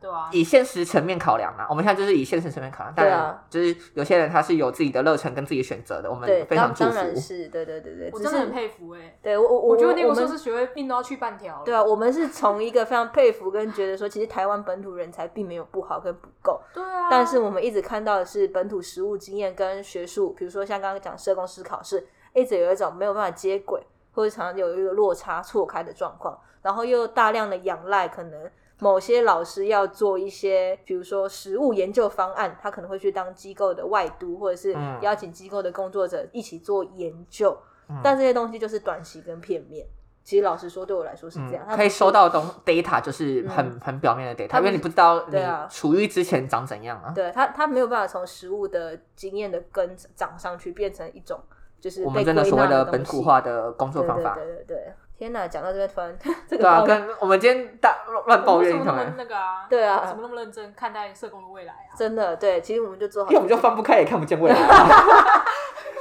[SPEAKER 3] 对啊，
[SPEAKER 1] 以现实层面考量啊嘛，我们现在就是以现实层面考量。当
[SPEAKER 2] 对啊
[SPEAKER 1] 然，就是有些人他是有自己的热忱跟自己选择的，我们
[SPEAKER 2] 对，
[SPEAKER 1] 非常
[SPEAKER 2] 当
[SPEAKER 1] 祝
[SPEAKER 2] 当
[SPEAKER 1] 福。
[SPEAKER 2] 然是，对对对对，
[SPEAKER 3] 我
[SPEAKER 2] 只
[SPEAKER 3] 真的很
[SPEAKER 2] 是
[SPEAKER 3] 佩服哎、
[SPEAKER 2] 对我我
[SPEAKER 3] 我觉得那
[SPEAKER 2] 我
[SPEAKER 3] 个时
[SPEAKER 2] 们
[SPEAKER 3] 候是学会病都要去半条了。
[SPEAKER 2] 对啊，我们是从一个非常佩服跟觉得说，其实台湾本土人才并没有不好跟不够，
[SPEAKER 3] 对啊，
[SPEAKER 2] 但是我们一直看到的是本土实务经验跟学术，比如说像刚刚讲社工师考试，一直有一种没有办法接轨，或者常常有一个落差错开的状况，然后又大量的仰赖可能。某些老师要做一些，比如说实务研究方案，他可能会去当机构的外督，或者是
[SPEAKER 1] 嗯
[SPEAKER 2] 邀请机构的工作者一起做研究。
[SPEAKER 1] 嗯
[SPEAKER 2] 但这些东西就是短期跟片面。其实老实说，对我来说是这样。
[SPEAKER 1] 嗯，
[SPEAKER 2] 它
[SPEAKER 1] 可以
[SPEAKER 2] 不是
[SPEAKER 1] 收到东 data 就是很、
[SPEAKER 2] 嗯
[SPEAKER 1] 很表面的 data，
[SPEAKER 2] 他
[SPEAKER 1] 因
[SPEAKER 2] 不
[SPEAKER 1] 为
[SPEAKER 2] 是
[SPEAKER 1] 你不知道你
[SPEAKER 2] 对啊
[SPEAKER 1] 处于之前长怎样啊。
[SPEAKER 2] 对他，他没有办法从食物的经验的根长上去，变成一种就是
[SPEAKER 1] 我们
[SPEAKER 2] 被
[SPEAKER 1] 真的
[SPEAKER 2] 归
[SPEAKER 1] 所谓
[SPEAKER 2] 纳
[SPEAKER 1] 的
[SPEAKER 2] 东
[SPEAKER 1] 本土
[SPEAKER 2] 西
[SPEAKER 1] 化的工作
[SPEAKER 2] 对
[SPEAKER 1] 方法，
[SPEAKER 2] 对对对对，天哪！讲到这边突然 *laughs* 这个
[SPEAKER 1] 对啊，
[SPEAKER 2] 爆
[SPEAKER 1] 跟我们今天大乱乱抱怨一
[SPEAKER 3] 为什
[SPEAKER 1] 通
[SPEAKER 3] 么那
[SPEAKER 1] 啊
[SPEAKER 3] 么，那个啊？
[SPEAKER 2] 对啊
[SPEAKER 3] 怎么那么认真看待社工的未来啊？
[SPEAKER 2] 真的对，其实我们就做好
[SPEAKER 1] 因为我们就放不开也看不见未来啊，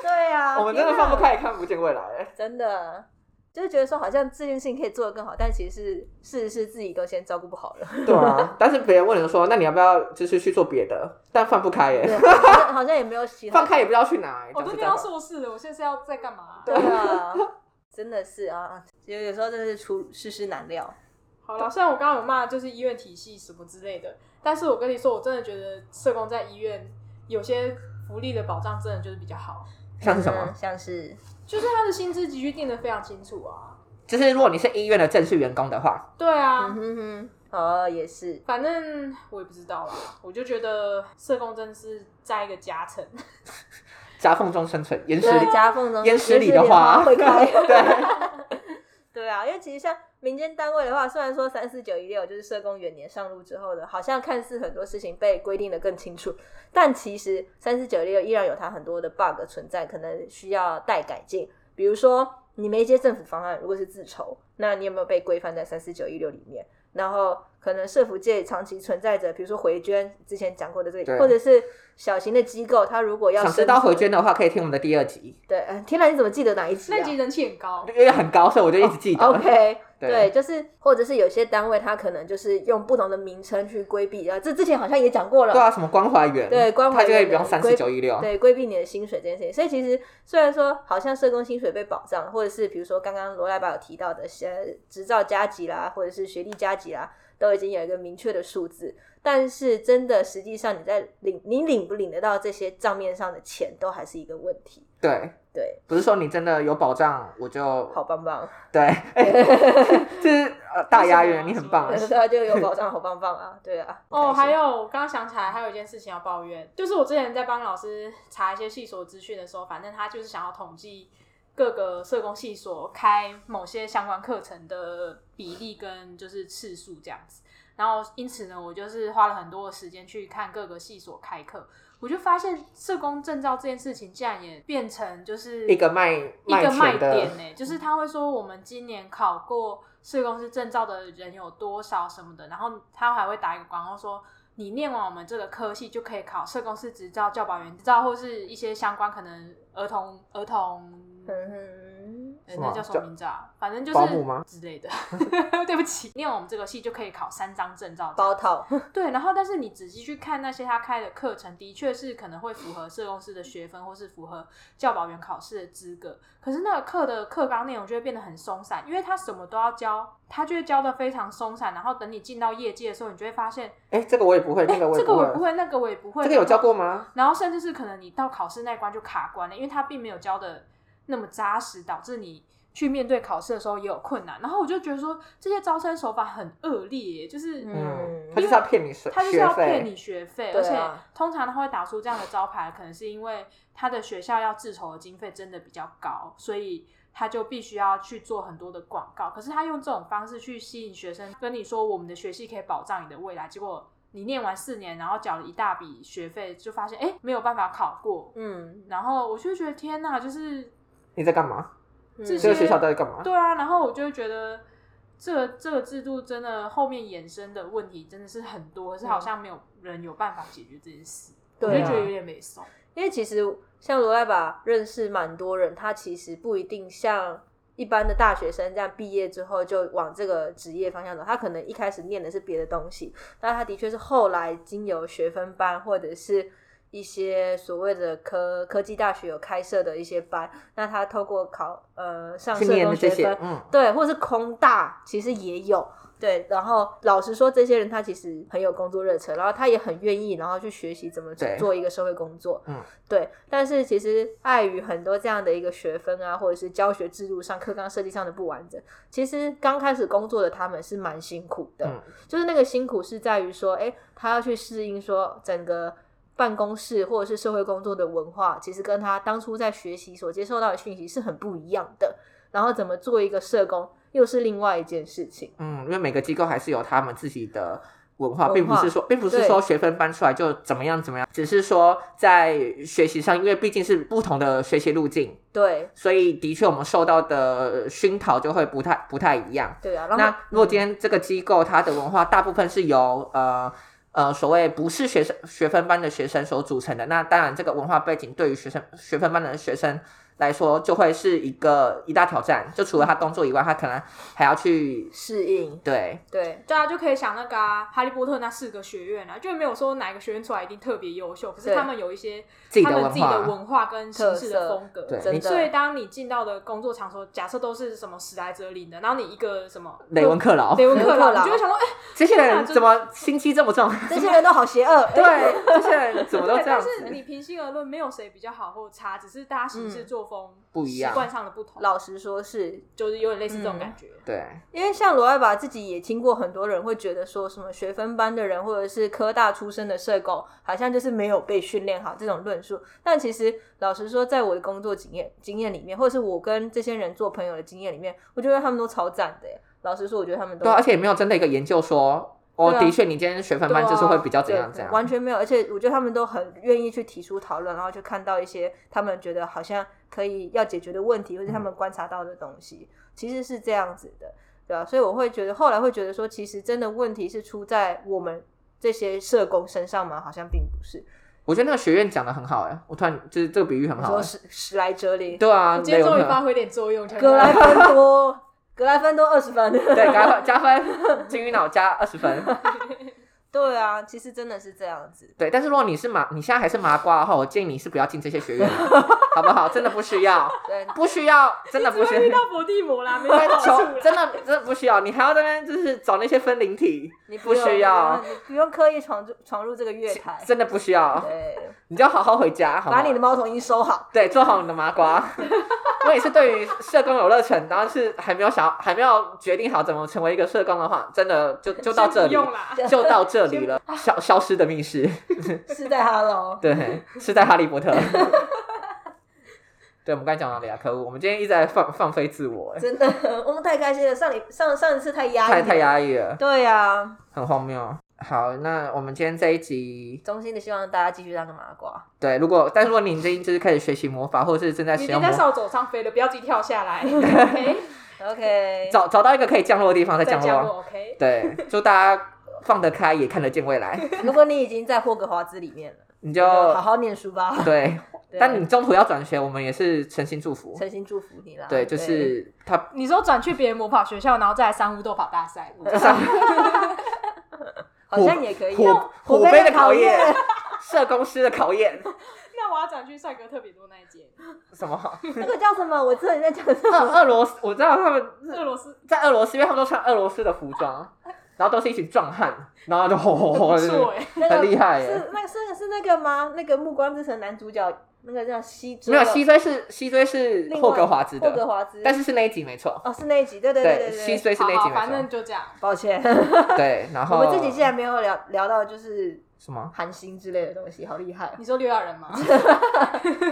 [SPEAKER 2] 对啊，
[SPEAKER 1] 我们真的
[SPEAKER 2] 天
[SPEAKER 1] 放不
[SPEAKER 2] 哪，
[SPEAKER 1] 开也看不见未来欸。
[SPEAKER 2] 真的就是觉得说好像这件事情可以做得更好，但其实是事实是自己都先照顾不好了。
[SPEAKER 1] *laughs* 对啊，但是别人问了说，那你要不要就是去做别的？但放不开
[SPEAKER 2] 对
[SPEAKER 1] 耶，
[SPEAKER 2] 好像好像也没有其他
[SPEAKER 1] 放开也不知道去哪欸。
[SPEAKER 3] 我
[SPEAKER 1] 讲
[SPEAKER 3] 哦都
[SPEAKER 1] 实
[SPEAKER 3] 念
[SPEAKER 1] 在
[SPEAKER 3] 到
[SPEAKER 1] 话
[SPEAKER 3] 硕士了，我现在是要在干嘛、
[SPEAKER 2] 对啊，真的是啊，有有时候真的是出世事难料。
[SPEAKER 3] 好了，虽然我刚刚有骂就是医院体系什么之类的，但是我跟你说，我真的觉得社工在医院有些福利的保障真的就是比较好，
[SPEAKER 1] 像是什么
[SPEAKER 2] 嗯？像是
[SPEAKER 3] 就是他的薪资集聚定的非常清楚啊。
[SPEAKER 1] 就是如果你是医院的正式员工的话，
[SPEAKER 3] 对啊，
[SPEAKER 2] 嗯哼哼，哦，也是，
[SPEAKER 3] 反正我也不知道啦，我就觉得社工真的是在一个夹层，
[SPEAKER 1] 夹缝中生存，岩石里
[SPEAKER 2] 对，夹缝中
[SPEAKER 1] 岩石里的
[SPEAKER 2] 花
[SPEAKER 1] 花
[SPEAKER 2] 会开。
[SPEAKER 1] *laughs* 对，
[SPEAKER 2] 对啊，因为其实像民间单位的话，虽然说三四九一六就是社工元年上路之后的，好像看似很多事情被规定的更清楚，但其实三四九一六依然有它很多的 bug 存在，可能需要待改进。比如说，你没接政府方案，如果是自筹，那你有没有被规范在三四九一六里面？然后可能社福界长期存在着，比如说回捐，之前讲过的这
[SPEAKER 1] 对
[SPEAKER 2] 个，或者是小型的机构，它如果要
[SPEAKER 1] 想知
[SPEAKER 2] 申
[SPEAKER 1] 道
[SPEAKER 2] 请
[SPEAKER 1] 回捐的话，可以听我们的第二集，
[SPEAKER 2] 对，呃天哪，你怎么记得哪一集、啊？
[SPEAKER 3] 那集人气很高，
[SPEAKER 1] 因为很高，所以我就一直记得。
[SPEAKER 2] OK，
[SPEAKER 1] *laughs* 对
[SPEAKER 2] 对，就是或者是有些单位，它可能就是用不同的名称去规避啊。这之前好像也讲过了，
[SPEAKER 1] 对啊，什么关怀员，
[SPEAKER 2] 对关怀
[SPEAKER 1] 他就可以
[SPEAKER 2] 员
[SPEAKER 1] 不用
[SPEAKER 2] 的
[SPEAKER 1] 三
[SPEAKER 2] 规
[SPEAKER 1] 四九一六，
[SPEAKER 2] 对规避你的薪水这件事情。所以其实虽然说好像社工薪水被保障，或者是比如说刚刚罗莱巴有提到的呃执照加级啦，或者是学历加级啦，都已经有一个明确的数字，但是真的实际上你在领你领不领得到这些账面上的钱，都还是一个问题。
[SPEAKER 1] 对，
[SPEAKER 2] 对，
[SPEAKER 1] 不是说你真的有保障我就
[SPEAKER 2] 好棒棒。
[SPEAKER 1] 对，
[SPEAKER 2] *laughs*
[SPEAKER 1] 就是呃大押韵，你很棒啊
[SPEAKER 3] 为
[SPEAKER 2] 对， *laughs* 对啊，就有保障，好棒棒啊！对啊。
[SPEAKER 3] 哦，
[SPEAKER 2] 很开
[SPEAKER 3] 还
[SPEAKER 2] 心
[SPEAKER 3] 有，我刚刚想起来，还有一件事情要抱怨，就是我之前在帮老师查一些系所资讯的时候，反正他就是想要统计各个社工系所开某些相关课程的比例跟就是次数这样子。然后因此呢，我就是花了很多的时间去看各个系所开课，我就发现社工证照这件事情竟然也变成就是
[SPEAKER 1] 一个卖
[SPEAKER 3] 一个
[SPEAKER 1] 钱
[SPEAKER 3] 卖点
[SPEAKER 1] 的
[SPEAKER 3] 呢、就是他会说我们今年考过社工师证照的人有多少什么的，然后他还会打一个广告说，你念完我们这个科系就可以考社工师执照、教保员执照，或是一些相关可能儿童
[SPEAKER 1] *laughs*
[SPEAKER 3] 儿童。
[SPEAKER 2] 嗯
[SPEAKER 3] 呃
[SPEAKER 1] 什么
[SPEAKER 3] 那叫什么名字啊？反正就是
[SPEAKER 1] 保姆吗
[SPEAKER 3] 之类的。 *laughs* 对不起，念完我们这个系就可以考三张证照，
[SPEAKER 2] 包套，
[SPEAKER 3] 对，然后但是你仔细去看那些他开的课程，的确是可能会符合社工师的学分，或是符合教保员考试的资格。可是那个课的课纲内容就会变得很松散，因为他什么都要教，他就会教的非常松散。然后等你进到业界的时候，你就会发现，
[SPEAKER 1] 哎，这个我也不会，那
[SPEAKER 3] 哎，
[SPEAKER 1] 个我也
[SPEAKER 3] 这个我也
[SPEAKER 1] 不
[SPEAKER 3] 不，会，那个我也不会，
[SPEAKER 1] 这个有教过吗？
[SPEAKER 3] 然后甚至是可能你到考试那一关就卡关了，因为他并没有教的那么扎实，导致你去面对考试的时候也有困难。然后我就觉得说，这些招生手法很恶劣耶，就是
[SPEAKER 1] 嗯
[SPEAKER 2] 嗯，
[SPEAKER 1] 他就是要骗你学
[SPEAKER 3] 他就是
[SPEAKER 1] 学
[SPEAKER 3] 要
[SPEAKER 1] 费，
[SPEAKER 3] 骗你学费，
[SPEAKER 2] 对
[SPEAKER 3] 而且
[SPEAKER 2] 啊
[SPEAKER 3] 通常他会打出这样的招牌，可能是因为他的学校要自筹的经费真的比较高，所以他就必须要去做很多的广告。可是他用这种方式去吸引学生，跟你说我们的学系可以保障你的未来，结果你念完四年，然后缴了一大笔学费，就发现哎没有办法考过，
[SPEAKER 2] 嗯，
[SPEAKER 3] 然后我就觉得天哪，就是
[SPEAKER 1] 你在干嘛？
[SPEAKER 3] 这
[SPEAKER 1] 这
[SPEAKER 3] 些
[SPEAKER 1] 个学校到底干嘛？
[SPEAKER 3] 对啊，然后我就会觉得这这个制度真的后面衍生的问题真的是很多，可是
[SPEAKER 1] 嗯
[SPEAKER 3] 好像没有人有办法解决这件事，我
[SPEAKER 2] 对
[SPEAKER 3] 就
[SPEAKER 2] 啊
[SPEAKER 3] 觉得有点没送。
[SPEAKER 2] 因为其实像罗莱吧认识蛮多人，他其实不一定像一般的大学生这样毕业之后就往这个职业方向走，他可能一开始念的是别的东西，但他的确是后来经由学分班或者是一些所谓的科科技大学有开设的一些班，那他透过考呃上
[SPEAKER 3] 啊
[SPEAKER 1] 去
[SPEAKER 2] 社
[SPEAKER 1] 念
[SPEAKER 2] 工
[SPEAKER 1] 的这
[SPEAKER 2] 学
[SPEAKER 1] 些
[SPEAKER 2] 分，，
[SPEAKER 1] 嗯，
[SPEAKER 2] 对，或者是空大其实也有。对，然后老实说，这些人他其实很有工作热忱，然后他也很愿意，然后去学习怎么
[SPEAKER 1] 对
[SPEAKER 2] 做一个社会工作。
[SPEAKER 1] 嗯，
[SPEAKER 2] 对。但是其实碍于很多这样的一个学分啊，或者是教学制度上、课纲设计上的不完整，其实刚开始工作的他们是蛮辛苦的。
[SPEAKER 1] 嗯
[SPEAKER 2] 就是那个辛苦是在于说，哎，他要去适应说整个办公室或者是社会工作的文化，其实跟他当初在学习所接受到的讯息是很不一样的。然后怎么做一个社工，又是另外一件事情。
[SPEAKER 1] 嗯，因为每个机构还是有他们自己的文化，
[SPEAKER 2] 文化
[SPEAKER 1] 并不是说，并不是
[SPEAKER 2] 对
[SPEAKER 1] 说学分搬出来就怎么样怎么样，只是说在学习上，因为毕竟是不同的学习路径，
[SPEAKER 2] 对
[SPEAKER 1] 所以的确我们受到的熏陶就会不太不太一样。
[SPEAKER 2] 对啊，然后
[SPEAKER 1] 那如果今天这个机构它的文化大部分是由呃呃所谓不是学生学分班的学生所组成的，那当然这个文化背景对于学生学分班的学生来说就会是一个一大挑战。就除了他工作以外，他可能还要去
[SPEAKER 2] 适应，
[SPEAKER 1] 对
[SPEAKER 2] 对
[SPEAKER 3] 对啊，就可以想那个、啊、哈利波特那四个学院啊，就没有说哪个学院出来一定特别优秀，可是
[SPEAKER 2] 对
[SPEAKER 3] 他们有一些
[SPEAKER 1] 自己
[SPEAKER 3] 他
[SPEAKER 1] 的
[SPEAKER 3] 们
[SPEAKER 1] 文
[SPEAKER 3] 自己的
[SPEAKER 1] 化。
[SPEAKER 3] 文化跟行事的风格。
[SPEAKER 1] 对
[SPEAKER 2] 真
[SPEAKER 1] 你
[SPEAKER 2] 的。
[SPEAKER 3] 所以当你进到的工作场所，假设都是什么史莱哲林的，然后你一个什么
[SPEAKER 1] 哦雷文克劳，
[SPEAKER 3] 雷文克
[SPEAKER 2] 雷文克
[SPEAKER 3] 劳，
[SPEAKER 2] 劳
[SPEAKER 3] 你就会想说，哎、
[SPEAKER 1] *laughs* 这些
[SPEAKER 3] 天
[SPEAKER 1] 人
[SPEAKER 3] 哪这
[SPEAKER 1] 怎么心机这么
[SPEAKER 3] *laughs*
[SPEAKER 1] 重？
[SPEAKER 2] 这些人都好邪恶。哎
[SPEAKER 1] 对，啊这些人怎么都
[SPEAKER 3] 对，
[SPEAKER 1] 这样
[SPEAKER 3] 哎但
[SPEAKER 1] 子？嗯
[SPEAKER 3] 是你平心而论，没有谁比较好或差，只是大家行事作风、
[SPEAKER 1] 不一样
[SPEAKER 3] 习惯上的不同，
[SPEAKER 2] 老实说是
[SPEAKER 3] 就是有点类似
[SPEAKER 2] 嗯
[SPEAKER 3] 这种感觉。
[SPEAKER 1] 对，
[SPEAKER 2] 因为像罗爱宝自己也听过很多人会觉得说什么学分班的人或者是科大出身的社工，好像就是没有被训练好这种论述。但其实老实说，在我的工作经验经验里面，或者是我跟这些人做朋友的经验里面，我觉得他们都超赞的耶。老实说，我觉得他们都
[SPEAKER 1] 对啊，而且也没有真的一个研究说，哦，
[SPEAKER 2] 对啊
[SPEAKER 1] 的确，你今天学分班就是会比较怎
[SPEAKER 2] 对
[SPEAKER 1] 样怎样。
[SPEAKER 2] 完全没有。而且我觉得他们都很愿意去提出讨论，然后去看到一些他们觉得好像可以要解决的问题，或者
[SPEAKER 1] 嗯
[SPEAKER 2] 他们观察到的东西，其实是这样子的，对吧、所以我会觉得，后来会觉得说，其实真的问题是出在我们这些社工身上吗？好像并不是。
[SPEAKER 1] 我觉得那个学院讲的很好哎、我突然就是这个比喻很
[SPEAKER 2] 你
[SPEAKER 1] 好、
[SPEAKER 2] 说
[SPEAKER 1] 欸。
[SPEAKER 2] 史史莱哲林、
[SPEAKER 1] 对啊，
[SPEAKER 3] 今天终于发
[SPEAKER 1] 分，
[SPEAKER 3] 挥点作用，这样
[SPEAKER 2] 格莱芬多、格莱芬多二十分，
[SPEAKER 1] 对，加分加分，金鱼脑加二十分。
[SPEAKER 2] *laughs* 对啊，其实真的是这样子。
[SPEAKER 1] 对，但是如果你是麻，你现在还是麻瓜的话，我建议你是不要进这些学院
[SPEAKER 3] *laughs*
[SPEAKER 1] 的，好不好？真的不需要，
[SPEAKER 2] 对，
[SPEAKER 1] 不需要，真的
[SPEAKER 3] 只
[SPEAKER 1] 不需
[SPEAKER 3] *laughs* 会遇
[SPEAKER 1] 要。
[SPEAKER 3] 到伏地魔啦，
[SPEAKER 1] *laughs*
[SPEAKER 3] 没有
[SPEAKER 1] 对
[SPEAKER 3] 好处
[SPEAKER 1] 求
[SPEAKER 3] 啦。
[SPEAKER 1] 真的真的不需要，你还要在那边就是找那些分灵体，
[SPEAKER 2] 你
[SPEAKER 1] 不
[SPEAKER 2] 用
[SPEAKER 1] 需要，
[SPEAKER 2] 你不用刻意闯入闯入这个月台。
[SPEAKER 1] 真的不需要，
[SPEAKER 2] 对，
[SPEAKER 1] 你就好好回家，好吗
[SPEAKER 2] 把你的猫头鹰收好。
[SPEAKER 1] 对，做好你的麻瓜。
[SPEAKER 3] *laughs*
[SPEAKER 1] 如果你是对于社工有热忱，然后是还没有想还没有决定好怎么成为一个社工的话，真的就就到这
[SPEAKER 3] 先不
[SPEAKER 1] 里，
[SPEAKER 3] 用啦，
[SPEAKER 1] 就到这里了。消消失的密室，
[SPEAKER 2] *laughs* 是在 Hello。
[SPEAKER 1] 对，是在哈利波特。 *laughs* 对，我们刚才讲到里啊，可恶，我们今天一直在放放飞自我，哎
[SPEAKER 2] 真的，我们太开心了。上礼上上一次太压抑
[SPEAKER 1] 太
[SPEAKER 2] 了，
[SPEAKER 1] 太压抑了，
[SPEAKER 2] 对啊，
[SPEAKER 1] 很荒谬。好，那我们今天这一集，
[SPEAKER 2] 衷心的希望大家继续当个麻瓜。
[SPEAKER 1] 对，如果但是如果你已经就是开始学习魔法，或者是正在
[SPEAKER 3] 你
[SPEAKER 1] 使
[SPEAKER 3] 已
[SPEAKER 1] 用
[SPEAKER 3] 经
[SPEAKER 1] 魔
[SPEAKER 3] 在
[SPEAKER 1] 法，
[SPEAKER 3] 扫帚上飞了，不要自己跳
[SPEAKER 1] *laughs*
[SPEAKER 3] 下来。OK，
[SPEAKER 2] OK，
[SPEAKER 1] 找找到一个可以降落的地方再
[SPEAKER 3] 再
[SPEAKER 1] 降
[SPEAKER 3] 讲
[SPEAKER 1] 落。
[SPEAKER 3] 我 OK。
[SPEAKER 1] 对，祝大家放得开，也看得见未来。
[SPEAKER 2] 如果你已经在霍格华兹里面了，
[SPEAKER 1] 你
[SPEAKER 2] 就
[SPEAKER 1] 就
[SPEAKER 2] 好好念书吧。
[SPEAKER 1] 对，
[SPEAKER 2] 对
[SPEAKER 1] 但你中途要转学，我们也是诚心祝福。
[SPEAKER 2] 诚心啊祝福你啦。
[SPEAKER 1] 对，就是他
[SPEAKER 3] 你说转去别人魔法学校，然后再来三巫斗法大赛，
[SPEAKER 1] *laughs*
[SPEAKER 2] *laughs* 好像也可以。
[SPEAKER 1] 火
[SPEAKER 2] 火
[SPEAKER 1] 火
[SPEAKER 2] 杯
[SPEAKER 1] 杯的
[SPEAKER 2] 的考
[SPEAKER 1] 考
[SPEAKER 2] 验
[SPEAKER 1] 验， *laughs* 社工师的考验，
[SPEAKER 3] 那我要转去帅哥特别多那一届，
[SPEAKER 1] 什
[SPEAKER 2] *laughs*
[SPEAKER 1] 么
[SPEAKER 2] 那个叫什么？我知道你在讲什么。
[SPEAKER 1] 俄俄罗斯，我知道他们
[SPEAKER 3] 俄罗斯
[SPEAKER 1] 在俄罗斯，因为他们都穿俄罗斯的服装，然后都是一群壮汉，然后就吼吼吼，
[SPEAKER 3] 不
[SPEAKER 1] 就是
[SPEAKER 3] 错哎，
[SPEAKER 1] *laughs*
[SPEAKER 2] 那
[SPEAKER 1] 很
[SPEAKER 2] 个
[SPEAKER 1] 厉害耶。
[SPEAKER 2] 是那是是那个吗？那个《暮光之城》男主角那个叫西
[SPEAKER 1] 没有西追是西追是
[SPEAKER 2] 另外
[SPEAKER 1] 霍格华兹
[SPEAKER 2] 霍格
[SPEAKER 1] 的，
[SPEAKER 2] 华兹，
[SPEAKER 1] 但是是那一集没错。
[SPEAKER 2] 哦是那一集，对对对
[SPEAKER 1] 西
[SPEAKER 2] 对对。
[SPEAKER 1] 追是那一
[SPEAKER 3] 好
[SPEAKER 1] 集
[SPEAKER 3] 好反
[SPEAKER 1] 没
[SPEAKER 3] 正
[SPEAKER 1] 错。
[SPEAKER 3] 就这样。
[SPEAKER 2] 抱歉，
[SPEAKER 1] 对，然
[SPEAKER 2] 我
[SPEAKER 1] 后
[SPEAKER 2] 们
[SPEAKER 3] 哦
[SPEAKER 2] 自己竟然没有聊聊到就是
[SPEAKER 1] 什么？
[SPEAKER 2] 韩星之类的东西，好厉害哦
[SPEAKER 3] 你说六亚
[SPEAKER 1] *laughs*
[SPEAKER 3] 人吗？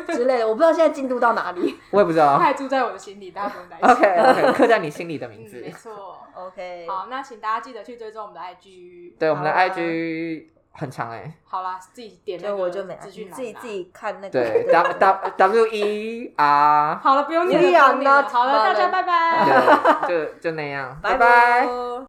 [SPEAKER 2] 之类的，我不知道现在进度到哪
[SPEAKER 3] *laughs*
[SPEAKER 2] 里。
[SPEAKER 1] 我也不知道
[SPEAKER 3] 他。还住在我的心里，大家不用担心。
[SPEAKER 1] *laughs* OK OK，刻在你心里的名
[SPEAKER 3] 嗯，
[SPEAKER 1] 字
[SPEAKER 3] 没。错。
[SPEAKER 2] OK，
[SPEAKER 3] 好，那请大家记得去追踪我们的 IG。
[SPEAKER 1] 对，我们的
[SPEAKER 2] 好啊
[SPEAKER 1] IG 很长哎、欸，
[SPEAKER 3] 好啦，自己点那
[SPEAKER 2] 就
[SPEAKER 3] 个
[SPEAKER 2] 我就没
[SPEAKER 3] 资讯栏啦
[SPEAKER 2] 自己自。己看那个。
[SPEAKER 1] 对 W W W E R，
[SPEAKER 3] 好了，不用念了，
[SPEAKER 2] We are
[SPEAKER 3] 不用念了
[SPEAKER 2] not
[SPEAKER 3] 好了，大家
[SPEAKER 2] violent
[SPEAKER 3] 拜拜。
[SPEAKER 1] 对，就就那样，
[SPEAKER 2] 拜
[SPEAKER 1] 拜拜。
[SPEAKER 2] 拜。